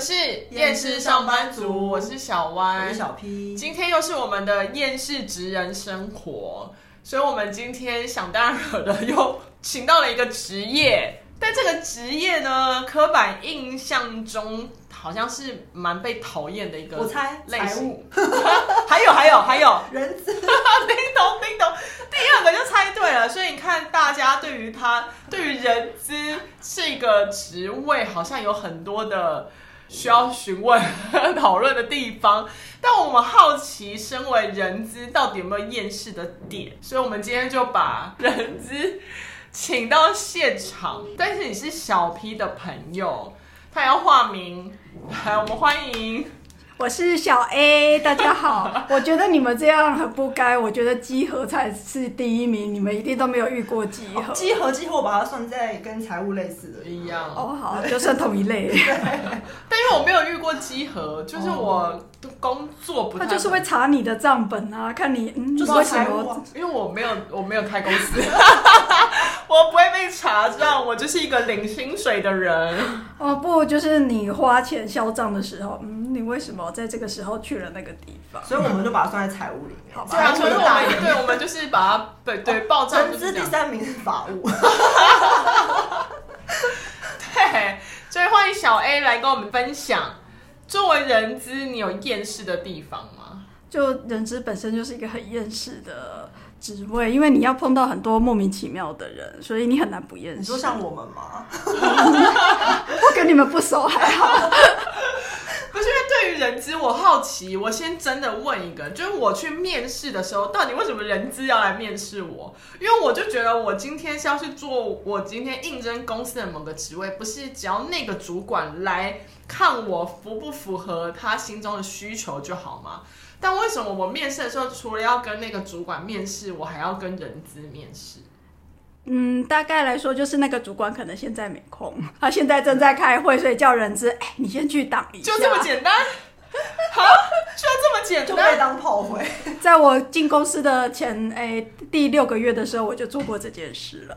是厌世上班族，我是小我歪是，小 P，今天又是我们的厌世职人生活，所以我们今天想当然惹的又请到了一个职业，但这个职业呢，刻板印象中好像是蛮被讨厌的一个我猜类财型务， 还有还有还有，人 资，叮咚叮咚，第二个就猜对了。所以你看，大家对于他对于人资这个职位，好像有很多的需要询问 讨论的地方。但我们好奇，身为人资到底有没有厌世的点？所以我们今天就把人资请到现场。但是你是小 P 的朋友，他也要化名，来，我们欢迎。我是小 A，大家好。我觉得你们这样很不该，我觉得集合才是第一名，你们一定都没有遇过集合。哦集合集合，我把它算在跟财务类似的。一样哦，好，就算同一 类，但因为我没有遇过集合，就是我工作不太，他就是会查你的账本啊，看你嗯，就是为什财务么啊因为我没有我没有开公司，我不会被查账，我就是一个领薪水的人。哦不，就是你花钱销账的时候，嗯，你为什么在这个时候去了那个地方？所以我们就把它算在财务里面。好吧对啊，财务所以的我大们对我们就是把它对对报账就人是这资第 样。三名是法务，对，所以欢迎小 A 来跟我们分享，作为人资，你有厌世的地方吗？就人资本身就是一个很厌世的职位，因为你要碰到很多莫名其妙的人，所以你很难不厌 你世。说像我们吗？我跟你们不熟还好。不是因为对于人资，我好奇，我先真的问一个，就是我去面试的时候，到底为什么人资要来面试我？因为我就觉得我今天是要去做我今天应征公司的某个职位，不是只要那个主管来看我符不符合他心中的需求就好吗？但为什么我面试的时候，除了要跟那个主管面试，我还要跟人资面试？嗯，大概来说就是那个主管可能现在没空，他现在正在开会，所以叫人资，哎、你先去挡一下。就这么简 单？好，就这么简就单被？当炮灰。在我进公司的前，哎、第六个月的时候我就做过这件事了。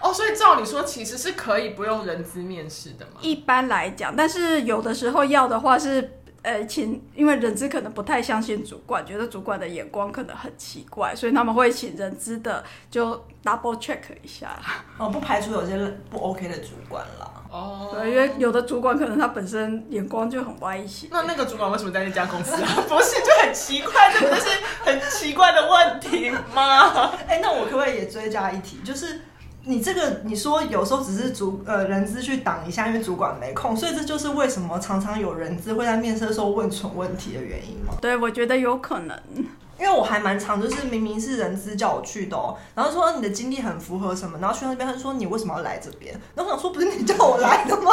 哦，所以照你说，其实是可以不用人资面试的嘛？一般来讲，但是有的时候要的话是，呃，请，因为人资可能不太相信主管，觉得主管的眼光可能很奇怪，所以他们会请人资的就 double check 一下。哦，不排除有些不 OK 的主管啦。哦，对，因为有的主管可能他本身眼光就很歪一些。那那个主管为什么在那家公司啊？不是，就很奇怪，这不就是很奇怪的问题吗？ 哎、那我可不可以也追加一题？就是你这个，你说有时候只是主呃人资去挡一下，因为主管没空，所以这就是为什么常常有人资会在面试的时候问蠢问题的原因吗？对，我觉得有可能。因为我还蛮常，就是明明是人资叫我去的哦，然后说你的经历很符合什么，然后去到那边他就说你为什么要来这边？然后我想说不是你叫我来的吗？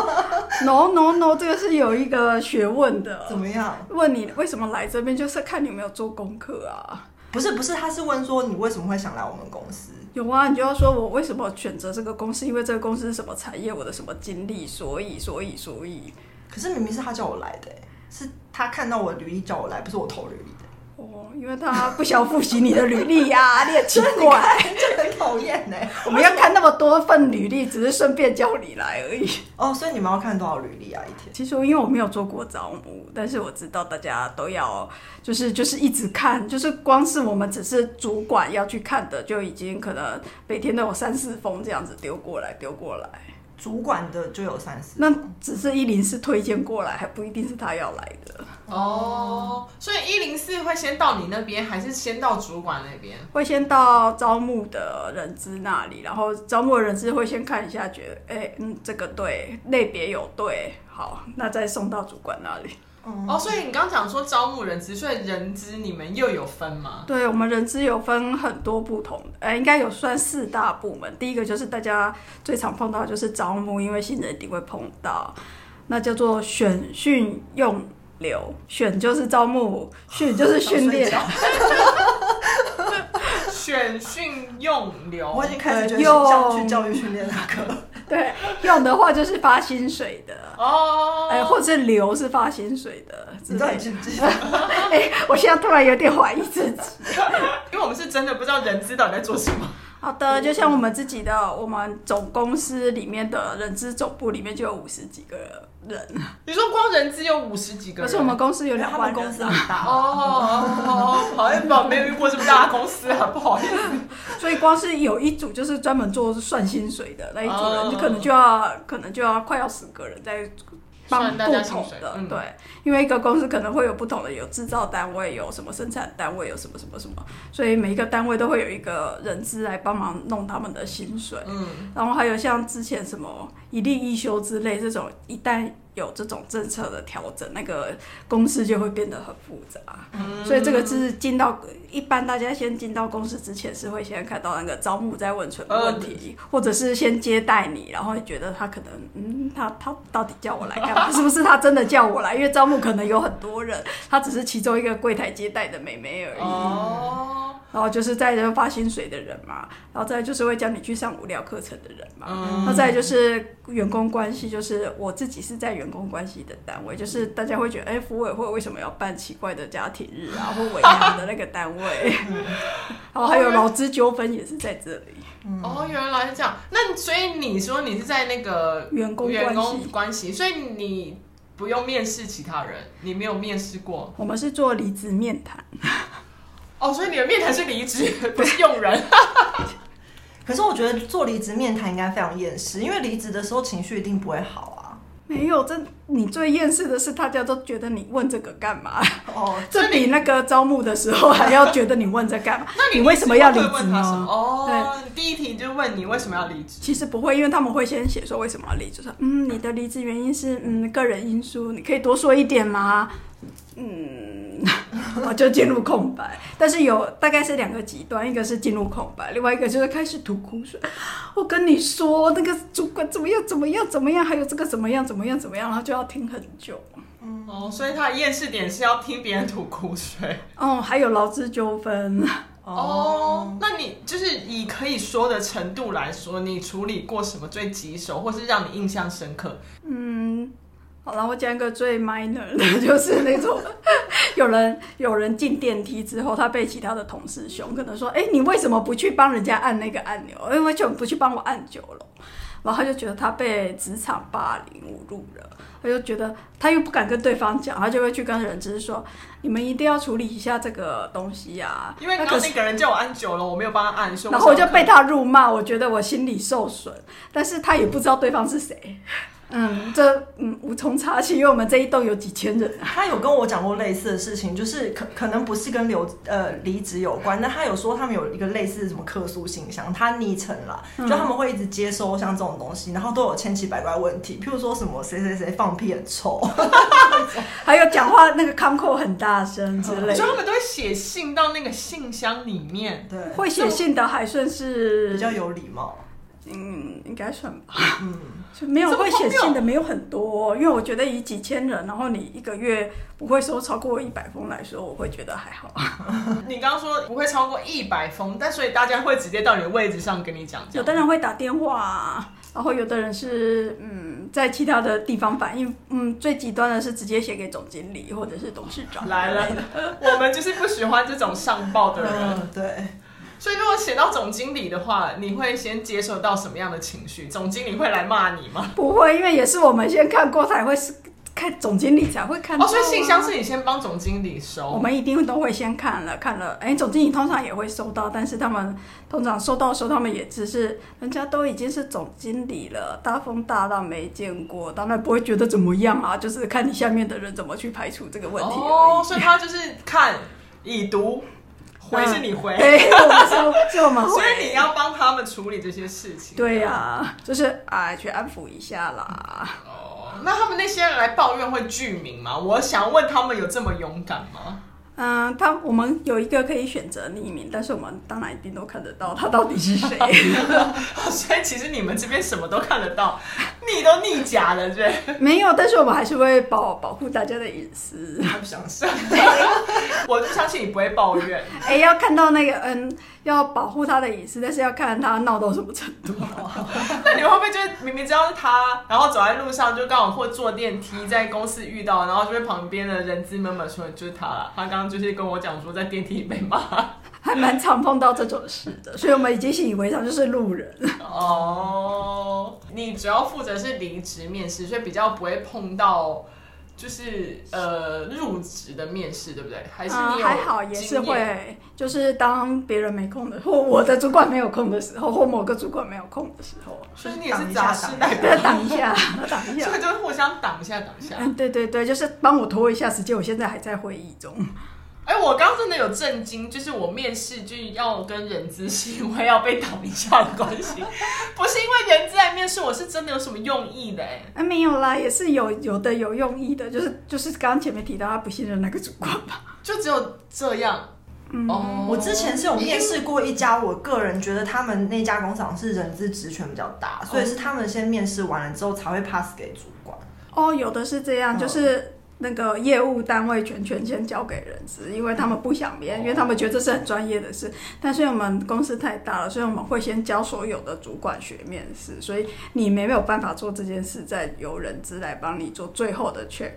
No no no，这个是有一个学问的 怎。么样？问你为什么来这边，就是看你有没有做功课啊。不是不是，他是问说你为什么会想来我们公司？有啊，你就要说我为什么选择这个公司，因为这个公司是什么产业，我的什么经历，所以所以所以。可是明明是他叫我来的、欸是他看到我履历叫我来，不是我投履历的， 哦，因为他不想复习你的履历呀、你很 奇怪。这很讨厌欸呢。我们要看那么多份履历，只是顺便叫你来而已。哦，所以你们要看多少履历啊？一天？其实因为我没有做过招募，但是我知道大家都要，就是就是一直看，就是光是我们只是主管要去看的，就已经可能每天都有三四封这样子丢过来丢过来。主管的就有三十。那只是一零四推荐过来，还不一定是他要来的，哦，所以一零四会先到你那边，还是先到主管那边？ 会先到招募的人资那里，然后招募的人资会先看一下，觉得哎、嗯这个对类别有对，好，那再送到主管那里。哦，所以你刚讲说招募人资，所以人资你们又有分吗？对我们人资有分很多不同的，呃，应该有算四大部门。第一个就是大家最常碰到的就是招募，因为新人一定会碰到，那叫做选训用留。选就是招募，训就是训 练想，睡选训用觉留我已经开始觉得有像去教育训练那 个。对，用的话就是发薪水的，哦，哎、或者是留是发薪水的之你到类底 记的。不记得？哎、我现在突然有点怀疑自己。因为我们是真的不知道人资到底在做什么。好的，就像我们自己的，我们总公司里面的人资总部里面就有五十几个人，你说光人资有五十几个可人，是我们公司有因为两他万们人公司啊很大哦。哦哦，好像没有没有遇过这么大的公司啊，不好意思。所以光是有一组就是专门做算薪水的那一组人，哦就可能就要可能就要快要十个人在帮算大不家同薪水的，嗯对，因为一个公司可能会有不同的，有制造单位，有什么生产单位，有什么什么什么，所以每一个单位都会有一个人资来帮忙弄他们的薪水。嗯，然后还有像之前什么一例一休之类这种，一旦有这种政策的调整，那个公司就会变得很复杂。所以这个是进到一般大家先进到公司之前，是会先看到那个招募在问存的问题，或者是先接待你，然后觉得他可能嗯，他他到底叫我来干嘛？ 是不是他真的叫我来？因为招募可能有很多人，他只是其中一个柜台接待的美眉而已。哦，然后就是再就是发薪水的人嘛，然后再就是会叫你去上无聊课程的人嘛，嗯那再就是员工关系，就是我自己是在员工关系的单位，就是大家会觉得，哎，服委会为什么要办奇怪的家庭日啊，或尾牙的那个单位， 然后还有劳资纠纷也是在这里，哦，原来是这样。那所以你说你是在那个员工员关工系。关系，所以你不用面试其他人，你没有面试过。我们是做离职面谈，哦，所以你的面谈是离职， 不是用人。可是我觉得做离职面谈应该非常厌世，因为离职的时候情绪一定不会好啊。没有这你最厌世的是大家都觉得你问这个干嘛？哦，这比那个招募的时候还要觉得你问这干嘛？那 你为什么要离你会职问他什呢么？？哦，第一题就问你为什么要离职。其实不会，因为他们会先写说为什么要离职，说嗯，你的离职原因是嗯个人因素，你可以多说一点吗？嗯， 我就进入空白。但是有大概是两个极端，一个是进入空白，另外一个就是开始吐苦水。我跟你说，那个主管怎么样怎么样怎么样，还有这个怎么样怎么样怎么样，然后就要听很久。哦，所以他的厌世点是要听别人吐苦水。哦，还有劳资纠纷，哦，那你就是以可以说的程度来说，你处理过什么最棘手，或是让你印象深刻？嗯，好了，我讲一个最 minor 的， 就是那种有人有人进电梯之后，他被其他的同事凶，可能说：“哎、你为什么不去帮人家按那个按钮？哎，为什么不去帮我按九楼？”然后他就觉得他被职场霸凌侮辱了，他就觉得他又不敢跟对方讲，他就会去跟人资说：“你们一定要处理一下这个东西啊。”因为那刚可刚是那个人叫我按久了，我没有帮他按，所以然后我就想被他辱骂，我觉得我心里受损，但是他也不知道对方是谁。嗯，这嗯无从查起，因为我们这一栋有几千人啊。他有跟我讲过类似的事情，就是可可能不是跟留呃离职有关，但他有说他们有一个类似什么客诉信箱，他昵称啦，就他们会一直接收像这种东西，然后都有千奇百怪问题，譬如说什么谁谁谁放屁很臭，还有讲话那个康扣很大声之所类以的，他们都会写信到那个信箱里面。 对，会写信的还算是比较有礼貌。嗯，应该算吧。嗯，就没有会写这么信荒的没有很多，因为我觉得以几千人，然后你一个月不会收超过一百封来说，我会觉得还好。你刚刚说不会超过一百封，但所以大家会直接到你的位置上跟你讲这有样。的人会打电话、啊，然后有的人是嗯在其他的地方反映，嗯最极端的是直接写给总经理或者是董事长。来了，我们就是不喜欢这种上报的人。嗯，对，所以如果写到总经理的话，你会先接受到什么样的情绪？总经理会来骂你吗？不会，因为也是我们先看过才会是看总经理才会看到、哦，啊所以信箱。是你先帮总经理收。我们一定都会先看了，看了，哎，总经理通常也会收到，但是他们通常收到的时候，他们也只是人家都已经是总经理了，大风大浪没见过，当然不会觉得怎么样啊，就是看你下面的人怎么去排除这个问题而已。哦，所以他就是看已读，回是你回，对，我们收，是 我们所以会。你要帮他们处理这些事情。哎对呀、就是哎，去安抚一下啦。哦，那他们那些人来抱怨会具名吗？我想问他们有这么勇敢吗？ 嗯，他我们有一个可以选择匿名，但是我们当然一定都看得到他到底是谁。 所以其实你们这边什么都看得到，逆都逆假了，对 不对？没有，但是我们还是会保保护大家的隐私。他不想上。我就相信你不会抱怨。 哎，要看到那个嗯，要保护他的隐私，但是要看他闹到什么程度。那你会不会就是明明知道是他，然后走在路上就刚好或坐电梯在公司遇到，然后就被旁边的人资们们说就是他了，他刚刚就是跟我讲说在电梯里被骂，还蛮常碰到这种事的，所以我们已经习以为常，就是路人。哦，你主要负责是离职面试，所以比较不会碰到就是呃入职的面试，对不对？还是啊，你有、还好也是。 会，就是当别人没空的，或我的主管没有空的时候，或某个主管没有空的时 候，所以你也是杂事代表，要挡一下，挡一 下所。以就互相挡一下，挡一下。嗯，对对对，就是帮我拖一下时间，我现在还在会议中。哎、我刚刚真的有震惊，就是我面试就要跟人资是因为要被挡一下的关系， 不是因为人资来面试，我是真的有什么用意的哎、啊，没有啦，也是有有的有用意的，就是就是刚刚前面提到他不信任那个主管吧。就只有这样。嗯哦，我之前是有面试过一家，我个人觉得他们那家工厂是人资职权比较大，所以是他们先面试完了之后才会 pass 给主管。哦，有的是这样，嗯就是那个业务单位全权先交给人资，因为他们不想别人，因为他们觉得这是很专业的事。但是我们公司太大了，所以我们会先教所有的主管学面试，所以你没有办法做这件事，再由人资来帮你做最后的 check。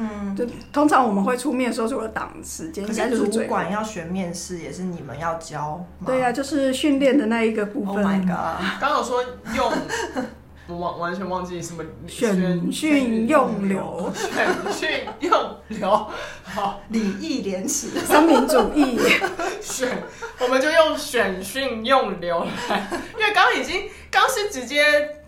嗯，就通常我们会出面说，除了挡时间，可应该就是是主最后。管要学面试，也是你们要教吗？对呀、就是训练的那一个部 Oh 分。 my god！刚刚有说用， 我忘完全忘记什么选训用流，选训用流， 好礼义廉耻，三民主义。选，我们就用选训用流来，因为刚刚已经刚是直接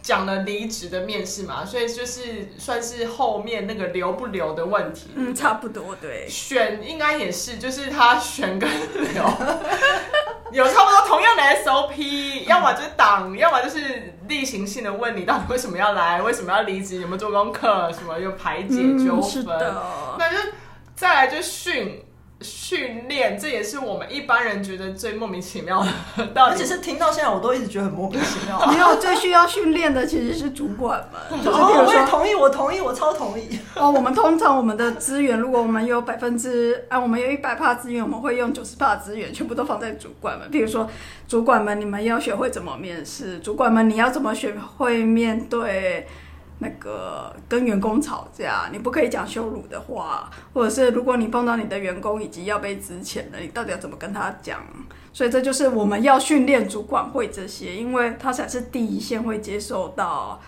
讲了离职的面试嘛，所以就是算是后面那个留不留的问题。嗯，差不多对。选应该也是，就是他选跟留 有差不多同样的 SOP，要么就是挡，要么就是例行性的问你到底为什么要来，为什么要离职，有没有做功课，什么有排解纠嗯，是纷。的。那就再来就训训练，这也是我们一般人觉得最莫名其妙的。到哦而底且是听到现在我都一直觉得很莫名其妙。没有最需要训练的其实是主管们， 就是比哦，如我也说同意，我同意，我超同意。哦，我们通常我们的资源，如果我们有百分之啊，我们有一百帕资源，我们会用九十帕资源全部都放在主管们。比如说，主管们你们要学会怎么面试，主管们你要怎么学会面对那个跟员工吵架，你不可以讲羞辱的话，或者是如果你碰到你的员工已经要被之前了，你到底要怎么跟他讲？所以这就是我们要训练主管会这些，因为他才是第一线会接受到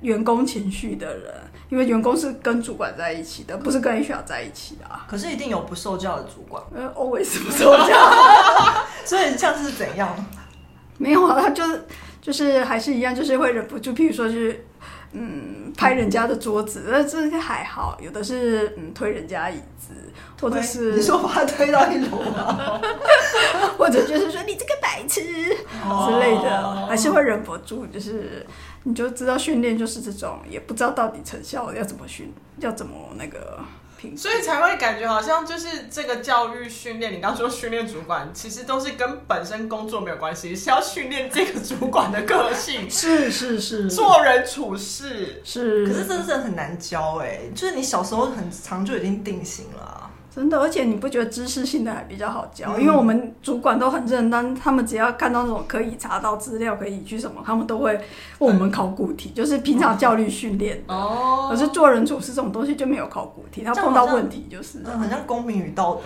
员工情绪的人，因为员工是跟主管在一起的，不是跟 HR 在一起的啊。可是一定有不受教的主管，呃，always 不受教，所以像是怎样？ 没有啊，他就是就是还是一样，就是会忍不住，譬如说是嗯拍人家的桌子，那这个还好，有的是嗯推人家椅子，或者 是你说把他推到一楼吗？或者就是说你这个白痴之类哦的，还是会忍不住，就是你就知道训练就是这种，也不知道到底成效要怎么训，要怎么那个评估。、所以才会感觉好像就是这个教育训练，你刚说训练主管，其实都是跟本身工作没有关系，是要训练这个主管的个性是是是做人处事。是，可是这真的很难教哎、就是你小时候很长就已经定型了啊、真的，而且你不觉得知识性的还比较好教？因为我们主管都很认真，他们只要看到那种可以查到资料、可以去什么，他们都会问我们考古题，就是平常教育训练的。哦可是做人处事这种东西就没有考古题，他碰到问题就是嗯，很像公民与道德、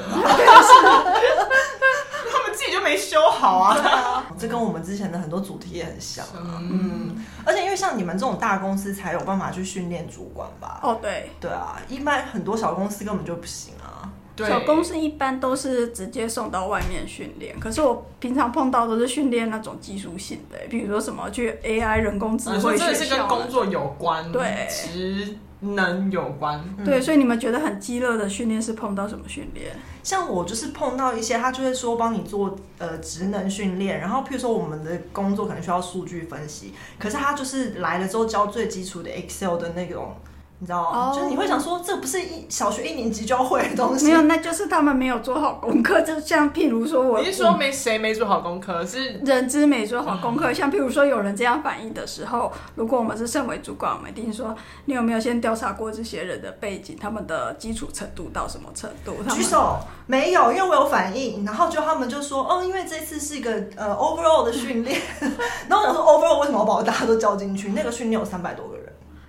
他们自己就没修好啊。啊，这跟我们之前的很多主题也很像啊。嗯，而且因为像你们这种大公司才有办法去训练主管吧？哦，对，对啊，一般很多小公司根本就不行啊。对小公司一般都是直接送到外面训练，可是我平常碰到都是训练那种技术性的，比如说什么去 AI 人工智啊所慧以真学的是跟校工啊。作有关，对职能有关。对，所以你们觉得很激烈的训练是碰到什么训练？像我就是碰到一些，他就会说帮你做呃职能训练，然后譬如说我们的工作可能需要数据分析，可是他就是来了之后教最基础的 Excel 的那种，你知道吗哦就是你会想说这不是一小学一年级就要会的东西，没有，那就是他们没有做好功课。就像譬如说我，嗯你是说没谁没做好功课，是人资没做好功课，像譬如说有人这样反映的时候，如果我们是身为主管，我们一定说你有没有先调查过这些人的背景，他们的基础程度到什么程度？他们举手没有，因为我有反应，然后就他们就说，哦，因为这次是一个呃 overall 的训练， 然后我说 overall 为什么要把我大家都叫进去？那个训练有三百多个人，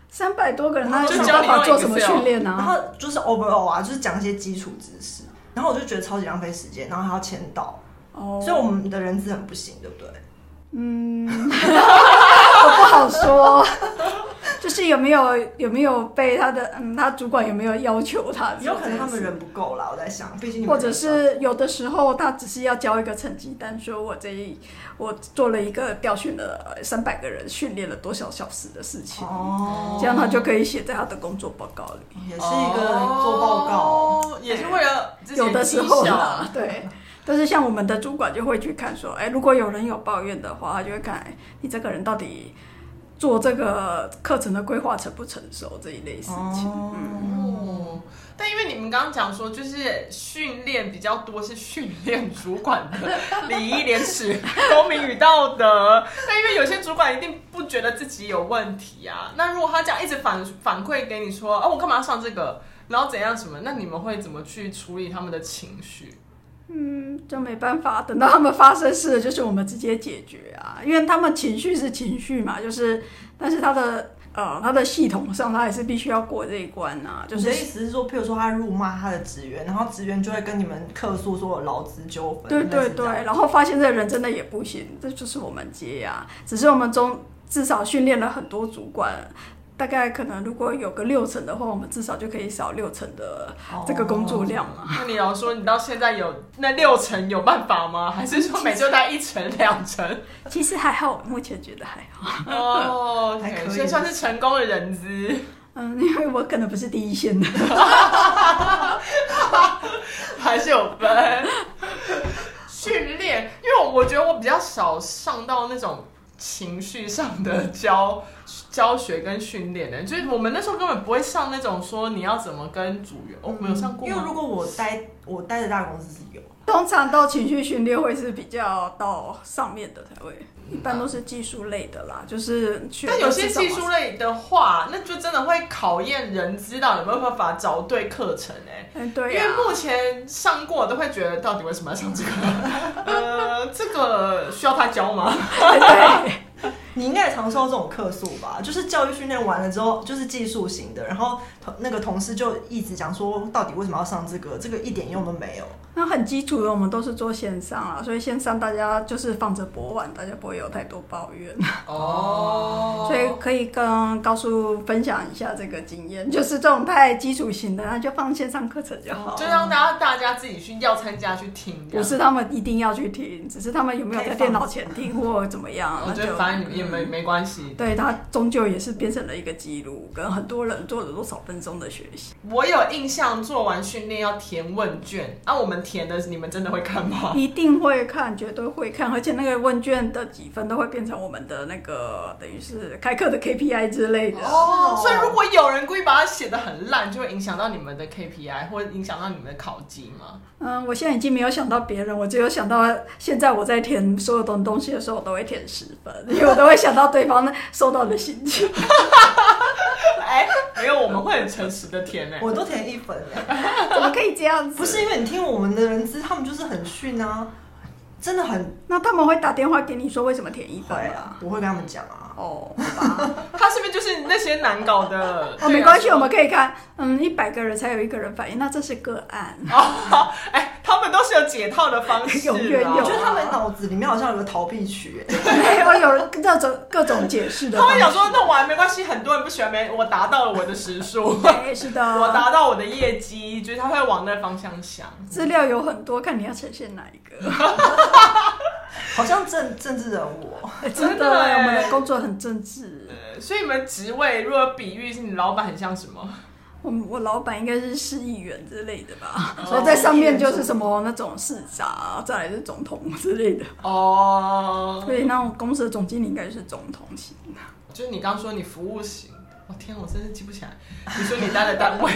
三百多个人，然他后有就什么教办你法用做什么 Excel 训练然 呢？后啊就是 overall 啊，就是讲一些基础知识，然后我就觉得超级浪费时间，然后还要签到，哦，所以我们的人资很不行，对不对？嗯，我哦不好说， 就是有没有有没有被他的嗯，他主管有没有要求他？有可能他们人不够啦，我在想，毕竟你们或者是有的时候他只是要交一个成绩单，说我这一我做了一个调训了三百个人，训练了多少小时的事情，哦，这样他就可以写在他的工作报告里。也是一个做报告，哦也是为了自己有的时候绩效啊啦，对。但是像我们的主管就会去看说，哎，如果有人有抱怨的话，他就会看，哎，你这个人到底做这个课程的规划成不成熟这一类事情。哦，但因为你们刚刚讲说，就是训练比较多是训练主管的礼仪廉耻、公民与道德。但因为有些主管一定不觉得自己有问题啊。那如果他这样一直反反馈给你说，哦，我干嘛要上这个，然后怎样什么，那你们会怎么去处理他们的情绪？嗯，就没办法，等到他们发生事了，就是我们直接解决啊，因为他们情绪是情绪嘛，就是，但是他的呃他的系统上，他还是必须要过这一关啊，就你是的意思是说，譬如说他辱骂他的职员，然后职员就会跟你们客诉说有劳资纠纷，对类对似对这，样然后发现这人真的也不行，这就是我们接呀、只是我们中至少训练了很多主管，大概可能如果有个六成的话，我们至少就可以少六成的这个工作量嘛。那你要啊说你到现在有那六成有办法吗？还是说每周在一成两成？其实还好，我目前觉得还好。哦，还可以所以算是成功的人资。嗯，因为我可能不是第一线的。还是有分。训练，因为我觉得我比较少上到那种情绪上的教教学跟训练的，就是我们那时候根本不会上那种说你要怎么跟组员，哦，没有上过嗯因为如吗？果我待我待的大公司是有，通常到情绪训练会是比较到上面的才会，一般都是技术类的啦，就是学嗯但有些至少技术类的话，那就真的会考验人知道有没有办法找对课程哎、嗯对因呀、为目前上过都会觉得到底为什么要上这个？呃，这个需要他教吗？哎对。你应该也常受到这种客诉吧？就是教育训练完了之后，就是技术型的，然后同那个同事就一直讲说，到底为什么要上这个？这个一点用都没有。 那很基础的，我们都是做线上啊，所以线上大家就是放着博玩，大家不会有太多抱怨，哦所以可以跟高叔分享一下这个经验，就是这种太基础型的，那就放线上课程就好。就让大家大家自己去要参加去听，这不样是他们一定要去听，只是他们有没有可以在放电脑前听或怎么样，我那觉就得反正你们也嗯没没关系。对他终究也是变成了一个记录，跟很多人做了多少分钟的学习。我有印象，做完训练要填问卷，啊，我们填的你们真的会看 吗？一定会看，绝对会看，而且那个问卷的几分都会变成我们的那个等于是开课的 KPI 之类的。 哦，所以如果有人故意把它写的很烂，就会影响到你们的 KPI，或者影响到你们的考绩吗？嗯，我现在已经没有想到别人，我只有想到现在我在填所有的东西的时候，我都会填十分， 因为我都会想到对方收到的心情。哎、 没有，我们会很诚实的填欸诶、我都填一分了。 怎么可以这样子？不是，因为你听我们的人资，他们就是很逊啊，真的很那他们会打电话给你说为什么填一分坏啊啊，？我会跟他们讲啊。哦，好吧，他是不是就是那些难搞的？哦，没关 系，我们可以看，嗯，一百个人才有一个人反应，那这是个案。哦，哎、他们都是有解套的方式啦，永远有啊我觉得他们脑子里面好像有个逃避区、欸，没有有人各种各种解释的他方们式。想说，那我还没关系，很多人不喜欢没，我达到了我的时数。对，哎是的，我达到我的业绩，就是他会往那方向想。资料有很多，看你要呈现哪一个。 好像政政治人物哦、真的的，耶我们的工作很政治。呃所以你们职位如果比喻是你老板很像什么？我我老板应该是市议员之类的吧，哦所以在上面就是什么那种市长啊，再来是总统之类的，哦，所以那种公司的总经理应该是总统型。 就是你刚说你服务型，我、天，啊我真是记不起来。你说你待的单位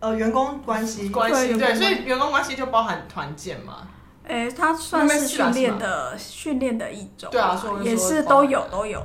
呃，员工关系，关系，对，对员工所以员工关系就包含团建嘛。诶、哎他算那边是是啊训练的训练的一种，对啊所以我就也说是包都含有了都有，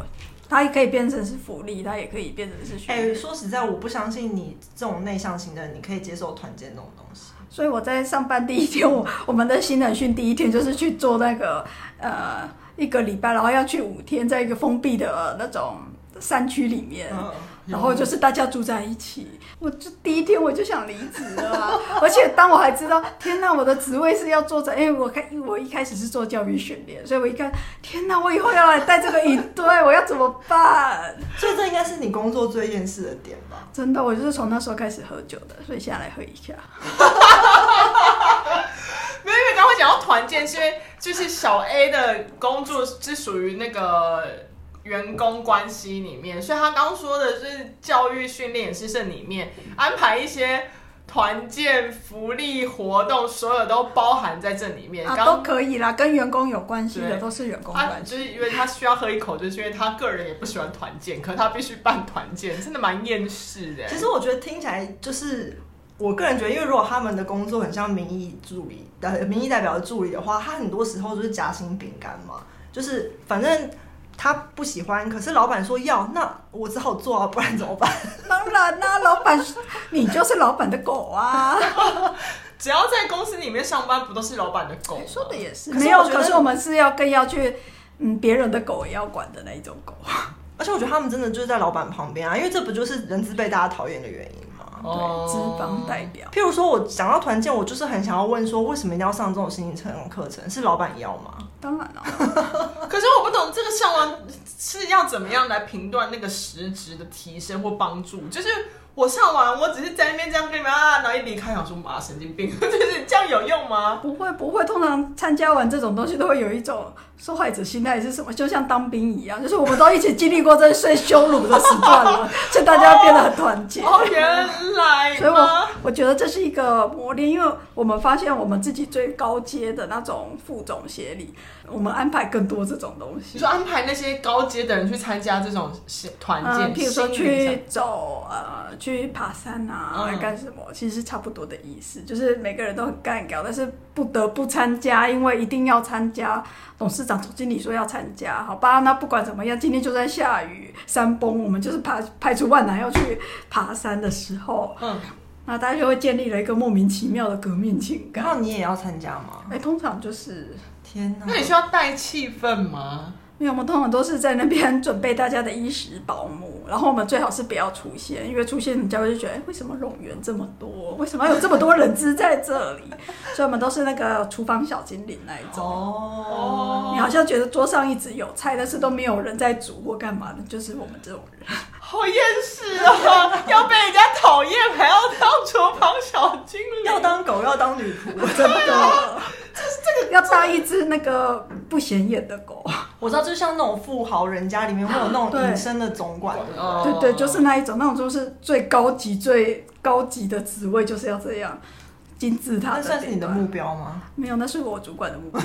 它也可以变成是福利，它也可以变成是训哎、练。说实在，我不相信你这种内向型的人，你可以接受团建这种东西。所以我在上班第一天，我 我们的新人训第一天就是去做那个呃一个礼拜，然后要去五天，在一个封闭的那种山区里面，嗯，然后就是大家住在一起。我就第一天我就想离职了啊、 而且当我还知道，天哪，我的职位是要做在，因为我开我一开始是做教育训练，所以我一看，天哪，我以后要来带这个营队，我要怎么办？嗯所以这应该是你工作最厌世的点吧？真的，我就是从那时候开始喝酒的，所以现在来喝一下。啊没有，因为刚刚讲到团建，是因为就是小 A 的工作是属于那个员工关系里面，所以他刚刚说的是教育训练也是这里面安排一些团建福利活动，所有都包含在这里面。啊，刚都可以啦，跟员工有关系的对啊都是员工他关系。就是因为他需要喝一口，就是因为他个人也不喜欢团建，可他必须办团建，真的蛮厌世的。其实我觉得听起来就是。我个人觉得，因为如果他们的工作很像民意助理，呃，民意代表的助理的话，他很多时候就是夹心饼干嘛，就是反正他不喜欢，可是老板说要，那我只好做啊，不然怎么办？ 当然啦、老板，你就是老板的狗啊！只要在公司里面上班，不都是老板的狗吗？说的也是，可是没有我。觉得可是我们是要更要去，嗯，别人的狗也要管的那一种狗。而且我觉得他们真的就是在老板旁边啊，因为这不就是人资被大家讨厌的原因吗？哦对，资方代表。譬如说，我讲到团建，我就是很想要问说，为什么一定要上这种心灵成长课程？是老板要吗？当然了、可是我不懂这个上完是要怎么样来评断那个实质的提升或帮助。就是我上完，我只是在那边这样跟你们啊，然后一离开，想说妈神经病， 就是这样有用吗？ 不会不会，通常参加完这种东西都会有一种受害者心态是什么？就像当兵一样，就是我们都一起经历过这最羞辱的时段了，所以大家变得很团结。哦， 原来所以吗我？我觉得这是一个磨练，因为我们发现我们自己最高阶的那种副总协理，我们安排更多这种东你西说。安排那些高阶的人去参加这种是团嗯，建，譬如说心理上去走呃去爬山啊，嗯干什么，其实差不多的意思，就是每个人都很干搞，但是不得不参加，因为一定要参加。董事长、总经理说要参加，好吧，那不管怎么样，今天就算下雨、山崩，我们就是排排除万难要去爬山的时候，嗯，那大家就会建立了一个莫名其妙的革命情然感。嗯后你也要参加吗？哎、通常就是天哪！那你需要带气氛吗？因为我们通常都是在那边 准备大家的衣食保姆，然后我们最好是不要出现，因为出现人家会觉得，哎、为什么冗员这么多？为什么有这么多人资在这里？ 所以我们都是那个厨房小精灵那一种。哦，你好像觉得桌上一直有菜，但是都没有人在煮或干嘛的，就是我们这种 人。好厌世哦， 要被人家讨厌，还要当厨房小精灵，要当狗，要当女仆。 真的，这个要当一只那个不显眼的狗。我知道，就像那种富豪人家里面会有那种对隐身的总管，对不对哦对对，就是那一种，那种就是最高级、最高级的职位就是要这样，金字塔。那算是你的目？标吗？没有，那是我主管的目标。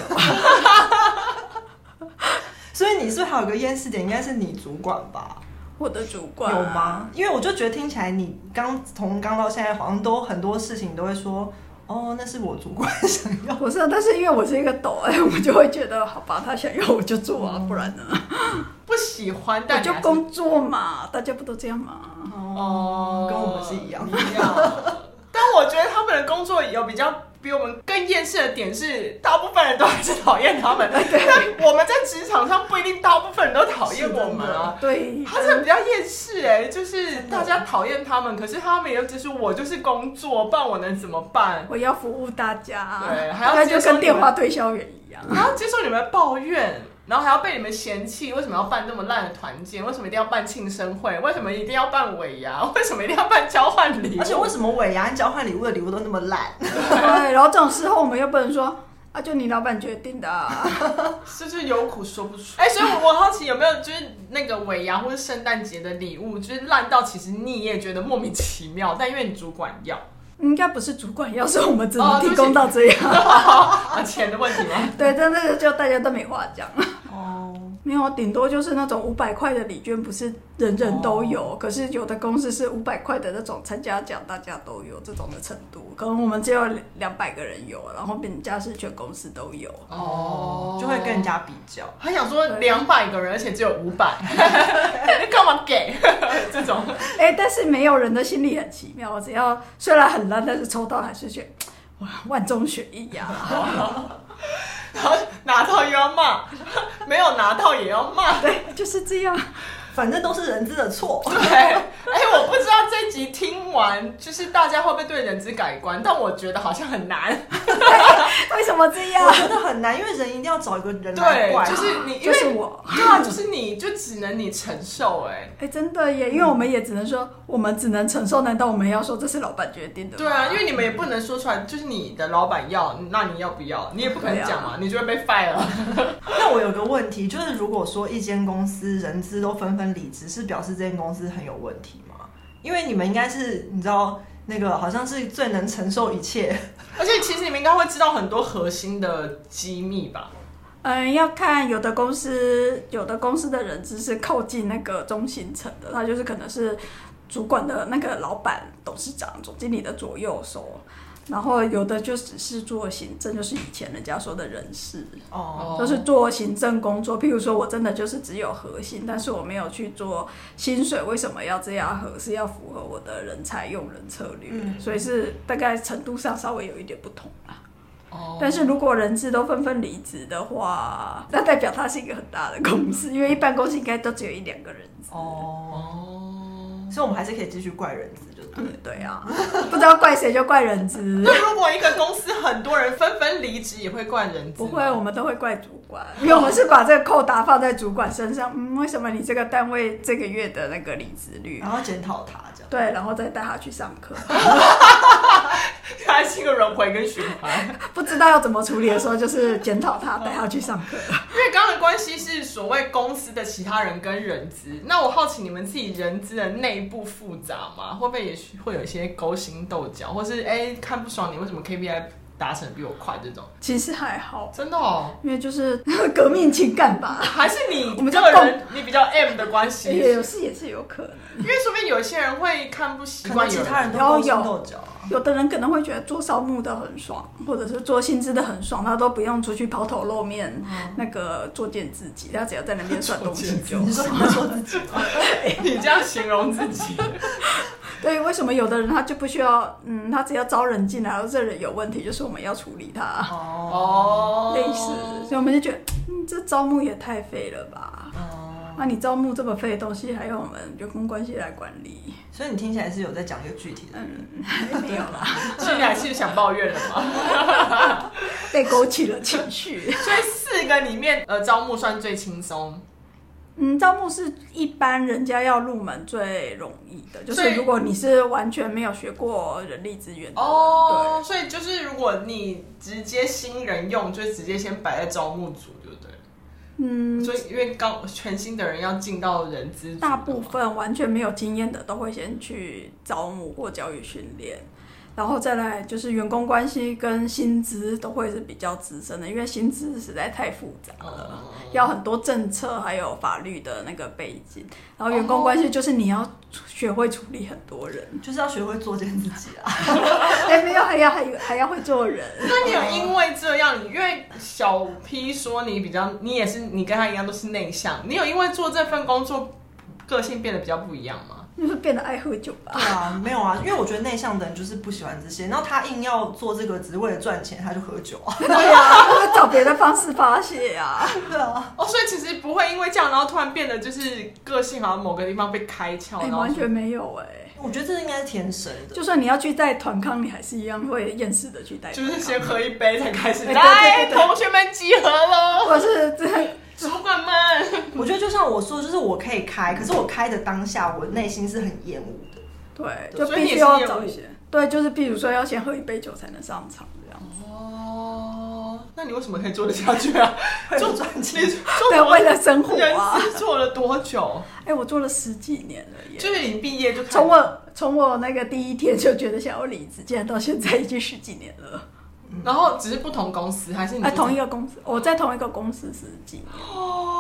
所以你最好有个厌世点，应该是你主管吧？我的主管啊有吗？？因为我就觉得听起来你刚从刚到现在，好像都很多事情都会说，哦，那是我主管想要。不是，但是因为我是一个抖， 哎，我就会觉得好吧，他想要我就做啊，不然呢？不喜欢，我嗯但就你还是工作嘛，大家不都这样吗？哦，跟我们是一样一样。但我觉得他们的工作有比较比我们更厌世的点是，大部分人都还是讨厌他 们。但我们在职场上不一定大部分人都讨厌我们啊。对，他是比较厌世哎、就是大家讨厌他们，可是他们也只是我就是工作，不然我能怎么办？我要服务大家，对还要大概就接受跟你电话们推销员一样。然后接受你们的抱怨，然后还要被你们嫌弃，为什么要办那么烂的团建？为什么一定要办庆生会？为什么一定要办尾牙？为什么一定要办交换礼物？而且为什么尾牙跟交换礼物的礼物都那么烂？对，然后这种时候我们又不能说啊，就你老板决定的、啊。 就是有苦说不出。哎、所以我好奇有没有就是那个尾牙或是圣诞节的礼物，就是烂到其实你也觉得莫名其妙，但因为你主管要，应该不是主管，要是我们只哦对能提不起供到这样。啊钱的问题吗？对，但那个就大家都没话讲。哦，没有，啊顶多就是那种五百块的礼券，不是人人都有。哦可是有的公司是五百块的那种参加奖，大家都有这种的程度。可能我们只有两百个人有，然后人家是全公司都有。 哦就会跟人。家比较。他想说两百个人，而且只有五 百，你干嘛给 这种？哎，但是没有人的心里很奇妙，只要啊虽然很烂，但是抽到还是觉得哇万中选一呀、然后拿到又要骂，没有拿到也要骂。对， 就是这样。反正都是人资的错。哎，我不知道这集听完就是大家会不会对人资改观，但我觉得好像很难。为什么这样我？觉得很难，因为人一定要找一个人来怪啊对，。就是你，因啊就是为我。对 啊，就是你就只能你承受哎、哎、真的耶，因为我们也只能说，我们只能承受。难道我们要说这是老板决定的吗？对啊，因为你们也不能说出来，就是你的老板要，那你要不要？你也不可能讲嘛，你就会被 fire 了。 那我有个问题，就是如果说一间公司人资都纷纷离职，是表示这间公司很有问题吗？因为你们应该是你知道那个好像是最能承受一切，而且其实你们应该会知道很多核心的机密吧？嗯，要看有的公司，有的公司的人资是靠近那个中心层的，他就是可能是主管的那个老板、董事长、总经理的左右手，然后有的就只是做行政，就是以前人家说的人事，哦，就是做行政工作。譬如说我真的就是只有核心，但是我没有去做薪水，为什么要这样核？是要符合我的人才用人策略，嗯所以是大概程度上稍微有一点不同啦。哦但是如果人资都纷纷离职的话，那代表它是一个很大的公司，因为一般公司应该都只有一两个人资。哦，哦，所以我们还是可以继续怪人资，就对。嗯，对啊，不知道怪谁就怪人资， 那如果一个公司很多人纷纷离职，也会怪人资不吗？会，我们都会怪主管，因为我们是把这个扣打放在主管身上。嗯，为什么你这个单位这个月的那个离职率然？后检讨他这样。对，然后再带他去上课， 它是一个轮回跟循环。不知道要怎么处理的时候，就是检讨他，带他去上课。因为刚刚的关系是所谓公司的其他人跟人资，那我好奇你们自己人资的内部复杂吗？会不会也许会有一些勾心斗角，或是哎、看不爽你为什么 KPI 达成比我快这种？其实还好，真的哦，因为就是 革命情感吧，还是你我们哎就个人你比较 M 的关系？也有是也是有可能。因为说不定有一些人会看不习可惯能有其人，他人都有勾心有斗角啊，有的人可能会觉得做招募的很爽，或者是做薪资的很爽，他都不用出去抛头露面，那个作践自己，他只要在那边算东西就。你说 你在说自己吗？你这样形容自己，对，为什么有的人他就不需要？嗯，他只要招人进来，然后这人有问题，就是我们要处理他，哦， 类似，所以我们就觉得，嗯，这招募也太废了吧？哦那、你招募这么废的东西，还要我们员工关系来管理？所以你听起来是有在讲一个具体的，没有啦，所以你还是想抱怨了吗？被勾起了情绪。所以四个里面，呃，招募算最轻松。嗯，招募是一般人家要入门最容易的，就所以是如果你是完全没有学过人力资源的人，哦，所以就是如果你直接新人用，就直接先摆在招募组，对不对？对，嗯，所以因为刚全新的人要进到人资组的嘛，大部分完全没有经验的都会先去招募或教育训练，然后再来就是员工关系跟薪资都会是比较资深的，因为薪资实在太复哦杂了，要很多政策还有法律的那个背景，然后员工关哦系就是你要学会处理很多人， 就是要学会作践自己啊。哎，没有还要还有还要会做人。那你有因为这样，因为小 P 说你比较，你也是你跟他一样都是内向，你有因为做这份工作个性变得比较不一样吗？就是变得爱喝酒吧对。啊，没有啊，因为我觉得内向的人就是不喜欢这些，然后他硬要做这个只是为了赚钱，他就喝酒啊。 对啊，就是找别的方式发泄啊。对啊，哦，所以其实不会因为这样，然后突然变得就是个性好像某个地方被开窍，哎、然后完全没有哎、我觉得这应该是天生的。就算你要去带团康，你还是一样会厌世的去带就团康。是先喝一杯才开始，哎对来，对对对同学们集合 喽，或者是这主管们，我觉得就像我说，就是我可以开，可是我开的当下，我内心是很厌恶的。对，所以就必你也须是要业务找一些。对，就是譬如说要先喝一杯酒才能上场这样。哦，那你为什么可以做得下去 啊？为做了赚钱你做对，多为了生活人啊。事做了多久？哎、我做了十几年了就耶。是你毕业就开始从我从我那个第一天就觉得想要离职，竟然到现在已经十几年了。然后只是不同公司还是你哎、就同一个公司，我在同一个公司十几年。哦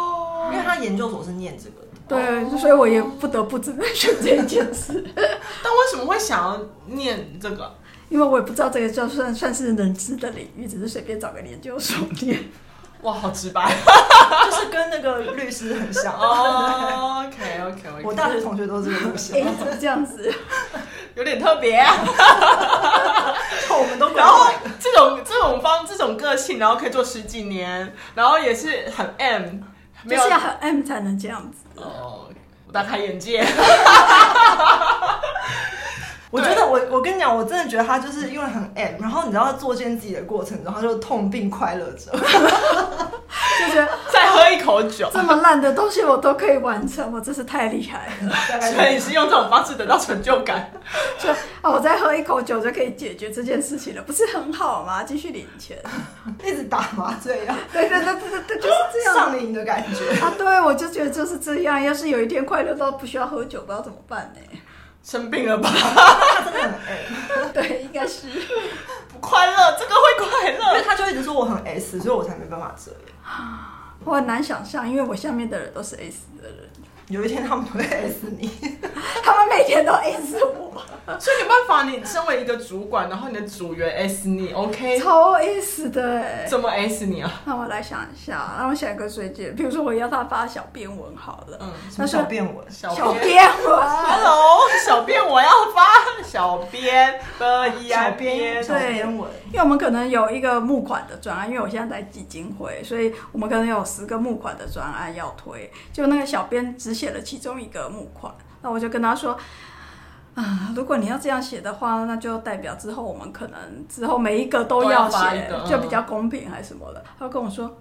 因为他研究所是念这个的，对，所以我也不得不只能选这一件事。但为什么会想要念这个？因为我也不知道这个就算算是人资的领域，只是随便找个研究所 念。哇，好直白 就是跟那个律师很 像。哦。OK OK OK，我大学同学都是这个路哎、线，怎么这样子？有点特别啊、我们都然后这种这种方这种个性，然后可以做十几年，然后也是很 M，没就有是要很 M 才能这样子。哦，我大开眼界。我觉得我我跟你讲，我真的觉得他就是因为很 M，然后你知道他作践自己的过程中，他就痛并快乐 着。就觉得再喝一口 酒，这么烂的东西我都可以完成，我真是太厉害了！大概所以是你是用这种方式得到成就感。就啊，我再喝一口酒就可以解决这件事情了，不是很好吗？继续领 钱，一直打麻醉 啊，对对对对对对，就是这样上瘾的感觉。啊！对，我就觉得就是这样。要是有一天快乐到不需要喝酒，不知道怎么办呢？ 生病了吧？ 对，应该是不快乐，这个会快 因为乐。他就一直说我很 S，所以我才没办法这样。我很难想象，因为我下面的人都是 S 的人，有一天他们会 S 你， 他们每天都 S 我， 所以没办法，你身为一个主管，然后你的组员 S 你，OK？超 S 的哎、怎么 S 你啊？让我来想一下，让我想一个水解，比如说我要他发小编文好了，嗯，什么小变文，小小编。编文， Hello，小编，我要发小编的一小编编，小编文，因为我们可能有一个募款的专案，因为我现在在基金会，所以我们可能有十个募款的专案要推，就那个小编只写了其中一个募款，那我就跟他说。啊，如果你要这样写的话，那就代表之后我们可能之后每一个都都要发一写个，嗯就比较公平还是什么的。他就跟我说，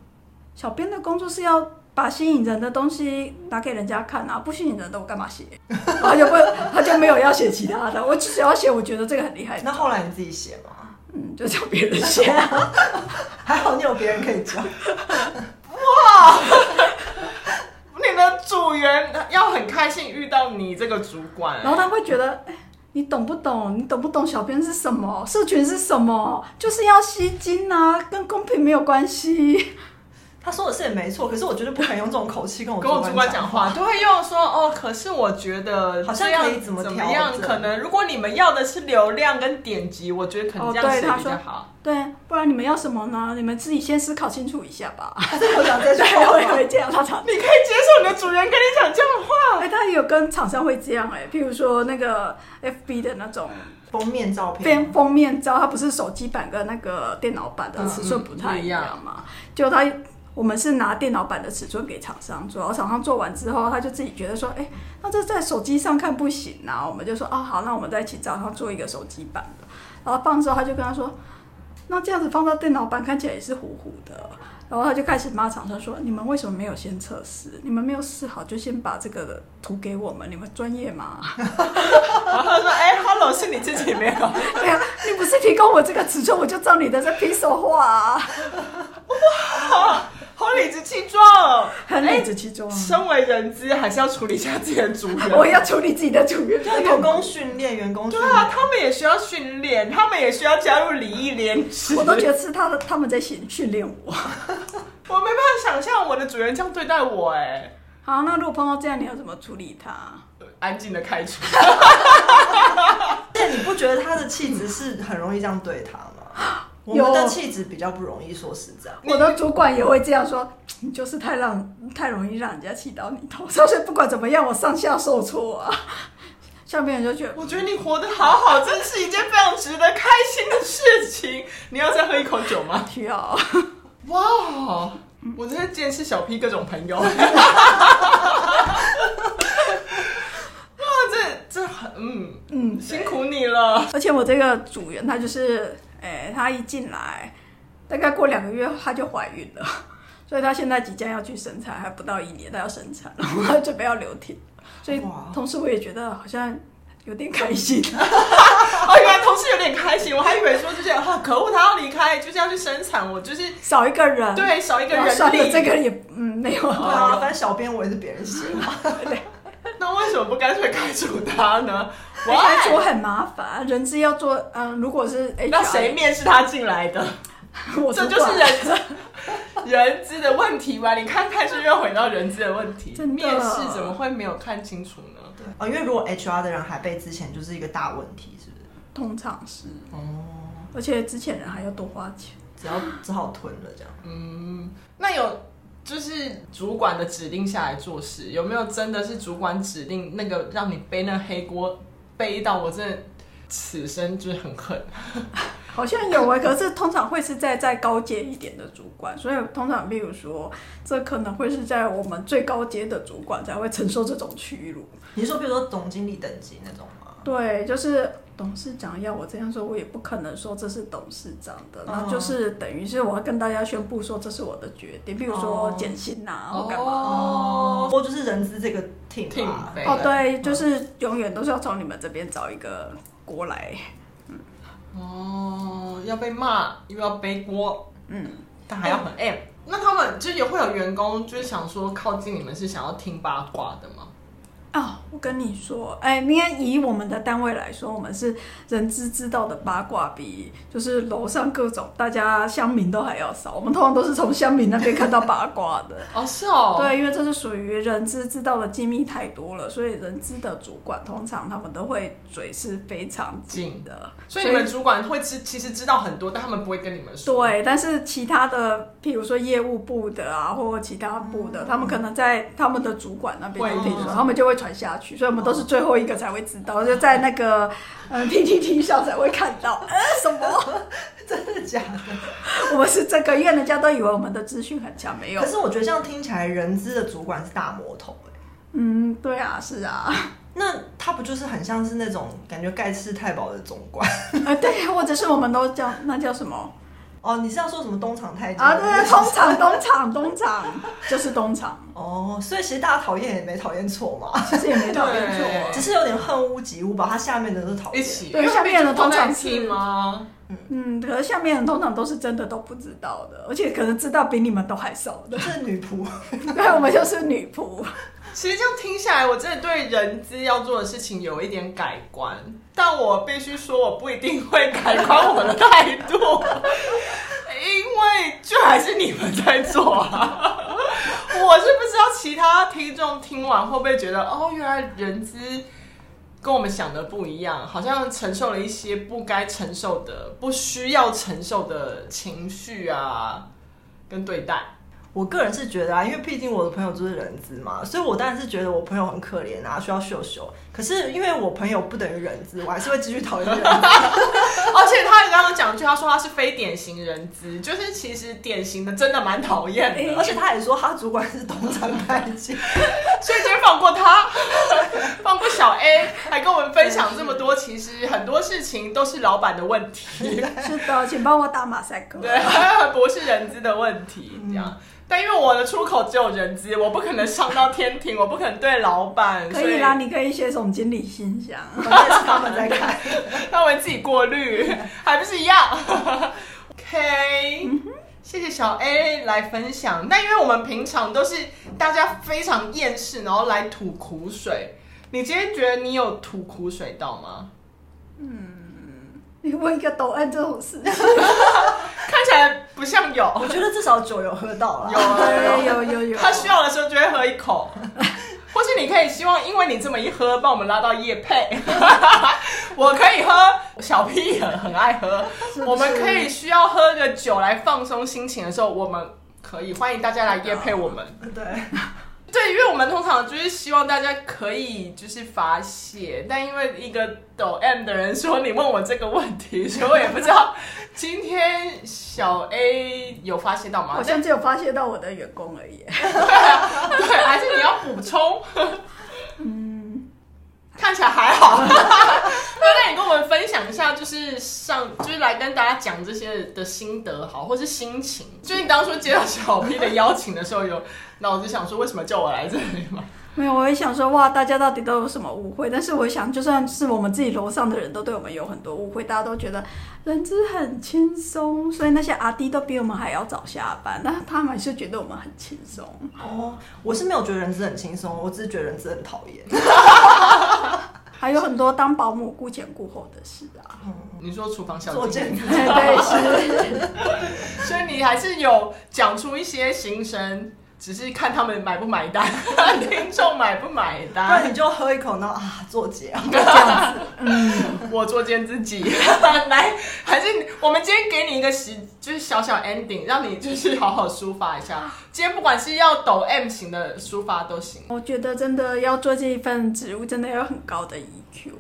小编的工作是要把吸引人的东西拿给人家看啊，不吸引人的我干嘛写？ 然后他就不，他就没有要写其他的，我只要写我觉得这个很厉害那的，后来你自己写吗？ 嗯，就叫别人写。还好你有别人可以教。你的组员要很开心遇到你这个主管，然后他会觉得，哎，你懂不懂？你懂不懂小编是什么？社群是什么？就是要吸金啊，跟公平没有关系。 他说的是也没错，可是我绝对不可能用这种口气跟我跟我主管讲讲话，都会用说哦，可是我觉得好像这样可以怎么怎调样，整可能如果你们要的是流量跟点击，我觉得可能哦这样对是他比较说好。对，不然你们要什么呢？你们自己先思考清楚一下吧。 还是我讲这对句，我也话。会这样，他 常你可以接受你的主人跟你讲这样的话，哎、他也有跟厂商会这样哎、譬如说那个 FB 的那种 封面照片封，封面照，它不是手机版跟那个电脑版的尺寸不太一样嘛？就它我们是拿电脑版的尺寸给厂商做，然后厂商做完之后，他就自己觉得说，哎、那这在手机上看不行啊，我们就说，啊好，那我们再请厂商做一个手机版的，然后放的时候他就跟他说，那这样子放到电脑版看起来也是糊糊的。然后他就开始骂厂商说：“你们为什么没有先测试？你们没有试好就先把这个图给我们，你们专业吗？” 然后他说哎，Hello，是你自己没有。 对啊，你不是提供我这个尺寸，我就照你的这批手画、啊，啊好理直气壮哦！很理直气壮啊。身为人资，还是要处理一下自己的主人。我要处理自己的主业，就是员工啊训练，员工训对啊，练。他们也需要训练，他们也需要加入礼义廉耻。我都觉得是他的他们在训训练我。我没办法想象我的主人这样对待我、好，那如果碰到这样，你要怎么处理他？哎，安静的开除。但你不觉得他的气质是很容易这样对他 吗？我们的气质比较不容易，说实在，我的主管也会这样说，你就是太让太容易让人家气到你头上，所以不管怎么样，我上下受挫啊。 下面人就觉得我觉得你活得好好，真是一件非常值得开心的事情。你要再喝一口酒吗？需要，哇哦，我真的见识小 P 各种朋 友。哇，这这很嗯嗯，辛苦你了。而且我这个组员她就是，哎、她一进来，大概过两个月她就怀孕了， 所以她现在即将要去生产，还不到一年她要生产了，然后她准备要流体，所以哇同时我也觉得好像有点开心，啊哦，原来同事有点开心，我还以为说就是啊，可恶，他要离开，就是要去生产，我就是 少一个人，，对少一个然后人算了，力。这个也嗯没有，对啊，反正小编我也是别人写的。那为什么不干脆开除他 呢？开除哇，很麻烦，人资要做，嗯、如果是 HR，那谁面试他进来的？我这主就管是人资人资的问题吧？你看看是不是又回到人资的问题？真的面试怎么会没有看清楚呢？对啊，因为如果 HR 的人还被之前就是一个大问题，是不是？通常是，哦，而且之前人还要多花钱。只要只好吞了这样。嗯，那有就是主管的指令下来做事，有没有真的是主管指令那个让你背那黑锅背到我真的此生就是很恨？好像有哎、可是通常会是在在高阶一点的主管，所以通常比如说，这可能会是在我们最高阶的主管才会承受这种屈辱。你是说比如说总经理等级那种吗？对，就是董事长要我这样说，我也不可能说这是董事长的，那就是等于是我要跟大家宣布说这是我的决定，比如说哦减薪呐、或干嘛。哦我就是人资这个 team 啊 team 吧对哦，对，就是永远都是要从你们这边找一个锅来。哦，要被骂又要背锅，嗯，哎但还要很 M。那他们就也会有员工，就是想说靠近你们是想要听八卦的吗？啊、我跟你说，哎，应该以我们的单位来说，我们是人知知道的八卦比就是楼上各种大家乡民都还要少。我们通常都是从乡民那边看到八卦的。哦，是 哦，，对，因为这是属于人知知道的机密太多了，所以人知的主管通常他们都会嘴是非常紧的，所以你们主管会知，其实知道很多，但他们不会跟你们说。，对，但是其他的，譬如说业务部的啊，或其他部的，他们可能在他们的主管那边会听说，嗯他们就会传下去，所以我们都是最后一个才会知道，就在那个呃 PPT 上才会看到。呃，什么？ 真的假的？我们是这个，因为人家都以为我们的资讯很强，没有可。是我觉得这样听起来，人资的主管是大魔头欸嗯，对啊，是啊，那他不就是很像是那种感觉盖世太保的总管？ 呃，对，或者是我们都叫那叫什么哦，你是要说什么东厂太监啊？对，东厂，东厂，东厂，就是东厂， 哦，所以其实大家讨厌也没讨厌错嘛，其实也没讨厌错。只是有点恨屋及乌吧。他下面的都是讨一厌，起，对因为下面的通常是听吗？嗯，可是下面人通常都是真的都不知道的，而且可能知道比你们都还少都。的 是女仆。对，我们就是女 仆。其实这样听下来，我真的对人资要做的事情有一点改观，但我必须说，我不一定会改观我们的态度，因为就还是你们在做啊。我是不知道其他听众听完会不会觉得，哦，原来人资跟我们想的不一样，好像承受了一些不该承受的、不需要承受的情绪啊，跟对待。我个人是觉得啊，因为毕竟我的朋友就是人资嘛，所以我当然是觉得我朋友很可怜啊，需要秀秀。可是因为我朋友不等于人资，我还是会继续讨厌人 资。而且他也刚刚讲一句，他说他是非典型人资，就是其实典型的真的蛮讨厌的，哎而且他也说他主管是东厂太 监，所以今天放过他， 放过小 A，还跟我们分享这么多，其实很多事情都是老板的问 题，是的，请帮我打马赛克。对， 不是人资的问题，嗯这样。但因为我的出口只有人资，我不可能上到天庭，我不可能对老板，可所以啦，你可以写总经理信箱。反正是他们在看。让我们自己过滤，还不是一样？OK，谢谢小 A 来分享。但因为我们平常都是大家非常厌世，然后来吐苦水。你今天觉得你有吐苦水到吗？你问一个抖 N 这种事情，看起来不像有，我觉得至少酒有喝到了，有啊对， 有有有。他需要的时候就会喝一口。或是你可以希望，因为你这么一喝，帮我们拉到夜配。 我可以喝，小 P 也很爱喝。是不是我们可以需要喝个酒来放松心情的时候，我们可以欢迎大家来夜配我们。对，对，因为我们通常就是希望大家可以就是发泄，但因为一个抖 M 的人说你问我这个问题，所以我也不知道今天小 A 有发泄到吗好？像只有发泄到我的员工而已。 对，还是你要补充？嗯，看起来还好。 那那你跟我们分享一下，就是上就是来跟大家讲这些的心得好，或是心情。就是你当初接到小 P 的邀请的时候，有脑子想说为什么叫我来这里吗？没有，我也想说哇，大家到底都有什么误会？但是我想，就算是我们自己楼上的人都对我们有很多误会，大家都觉得人资很轻松，所以那些阿弟都比我们还要早下班，那他们是觉得我们很轻松。哦，我是没有觉得人资很轻松，我只是觉得人资很讨厌。还有很多当保姆顾前顾后的事啊，你说厨房小做兼姐，职， 对对是，所以你还是有讲出一些心声，只是看他们买不买单，听众买不买不单然。你就喝一口，然后啊，做结啊。 我作践自 己，来，还是我们今天给你一个时，就是小小 ending，让你就是好好抒发一 下。今天不管是要抖 M 型的哦抒发都行。我觉得真的要做这一份职务，真的要有很高的 EQ。E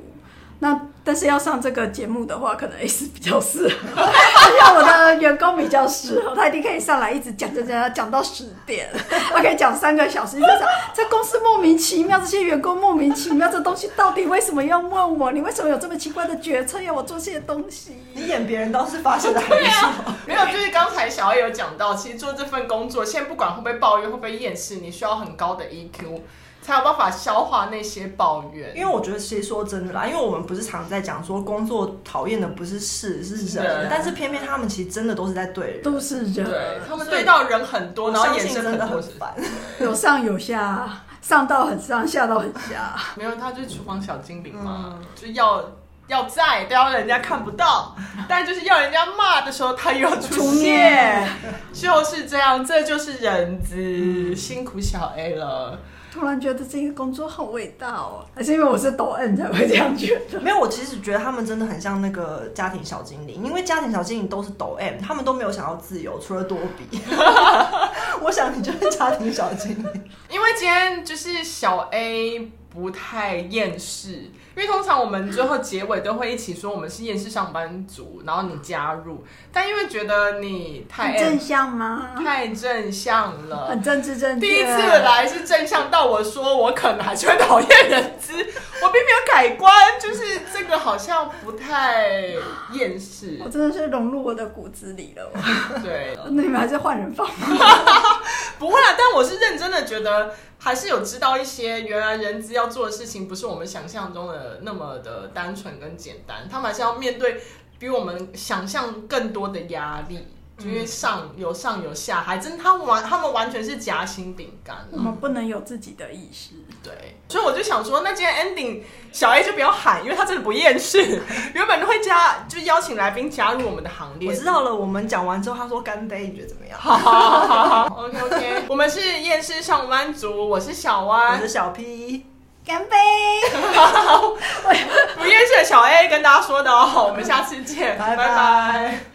那但是要上这个节目的话，可能 S 比较适合，像我的员工比较适合，他一定可以上来一直讲讲讲讲到十点，他可以讲三个小时，一直讲这公司莫名其妙，这些员工莫名其妙，这东西到底为什么要问我？你为什么有这么奇怪的决策要我做这些东西？你演别人倒是发现的还啊不错。没有，就是刚才小爱有讲到，其实做这份工作，先不管会不会抱怨，会不会厌世，你需要很高的 EQ，才有办法消化那些抱怨。因为我觉得，其实说真的啦，因为我们不是常在讲说工作讨厌的不是事是人人，但是偏偏他们其实真的都是在对人，都是人，对他们呃所以对到人很多，我然后相衍信生真的很多很事。烦。有上有下，上到很上，下到很下。没有，他就是厨房小精灵嗯嘛，就要要在，但要人家看不 到，但就是要人家骂的时候，他又要出出现现，就是这样，这就是人嗯子，辛苦小 A 了。突然觉得这个工作好伟大哦，还是因为我是抖 N 才会这样觉得。没有，我其实觉得他们真的很像那个家庭小精灵，因为家庭小精灵都是抖 M，他们都没有想要自由，除了多比。 我想你就是家庭小精灵，因为今天就是小 A 不太厌世，因为通常我们最后结尾都会一起说我们是厌世上班族，然后你加入，但因为觉得你太很正向吗？太正向了，很政治正确。啊第一次来是正向到我说我可能还是会讨厌人资， 我并没有改观，就是这个好像不太厌 世我，真的是融入我的骨子里了。对，那你们还是换人放吧。不会啦，但我是认真的觉得还是有知道一些原来人资要做的事情不是我们想象中的那么的单纯跟简单，他们还是要面对比我们想象更多的压力。就因为上有上有下，还真他完他们完全是夹心饼干啊。我们不能有自己的意识。对，所以我就想说，那今天 ending 小 A 就不要喊，因为他真的不厌世。 原本会加，就邀请来宾加入我们的行列。我知道了。我们讲完之后，他说干杯，你觉得怎么样？好。好好好好，OK OK，我们是厌世上班族，我是小我弯是，小 P，干杯！不厌世的小 A 跟大家说的哦，我们下次见，拜拜拜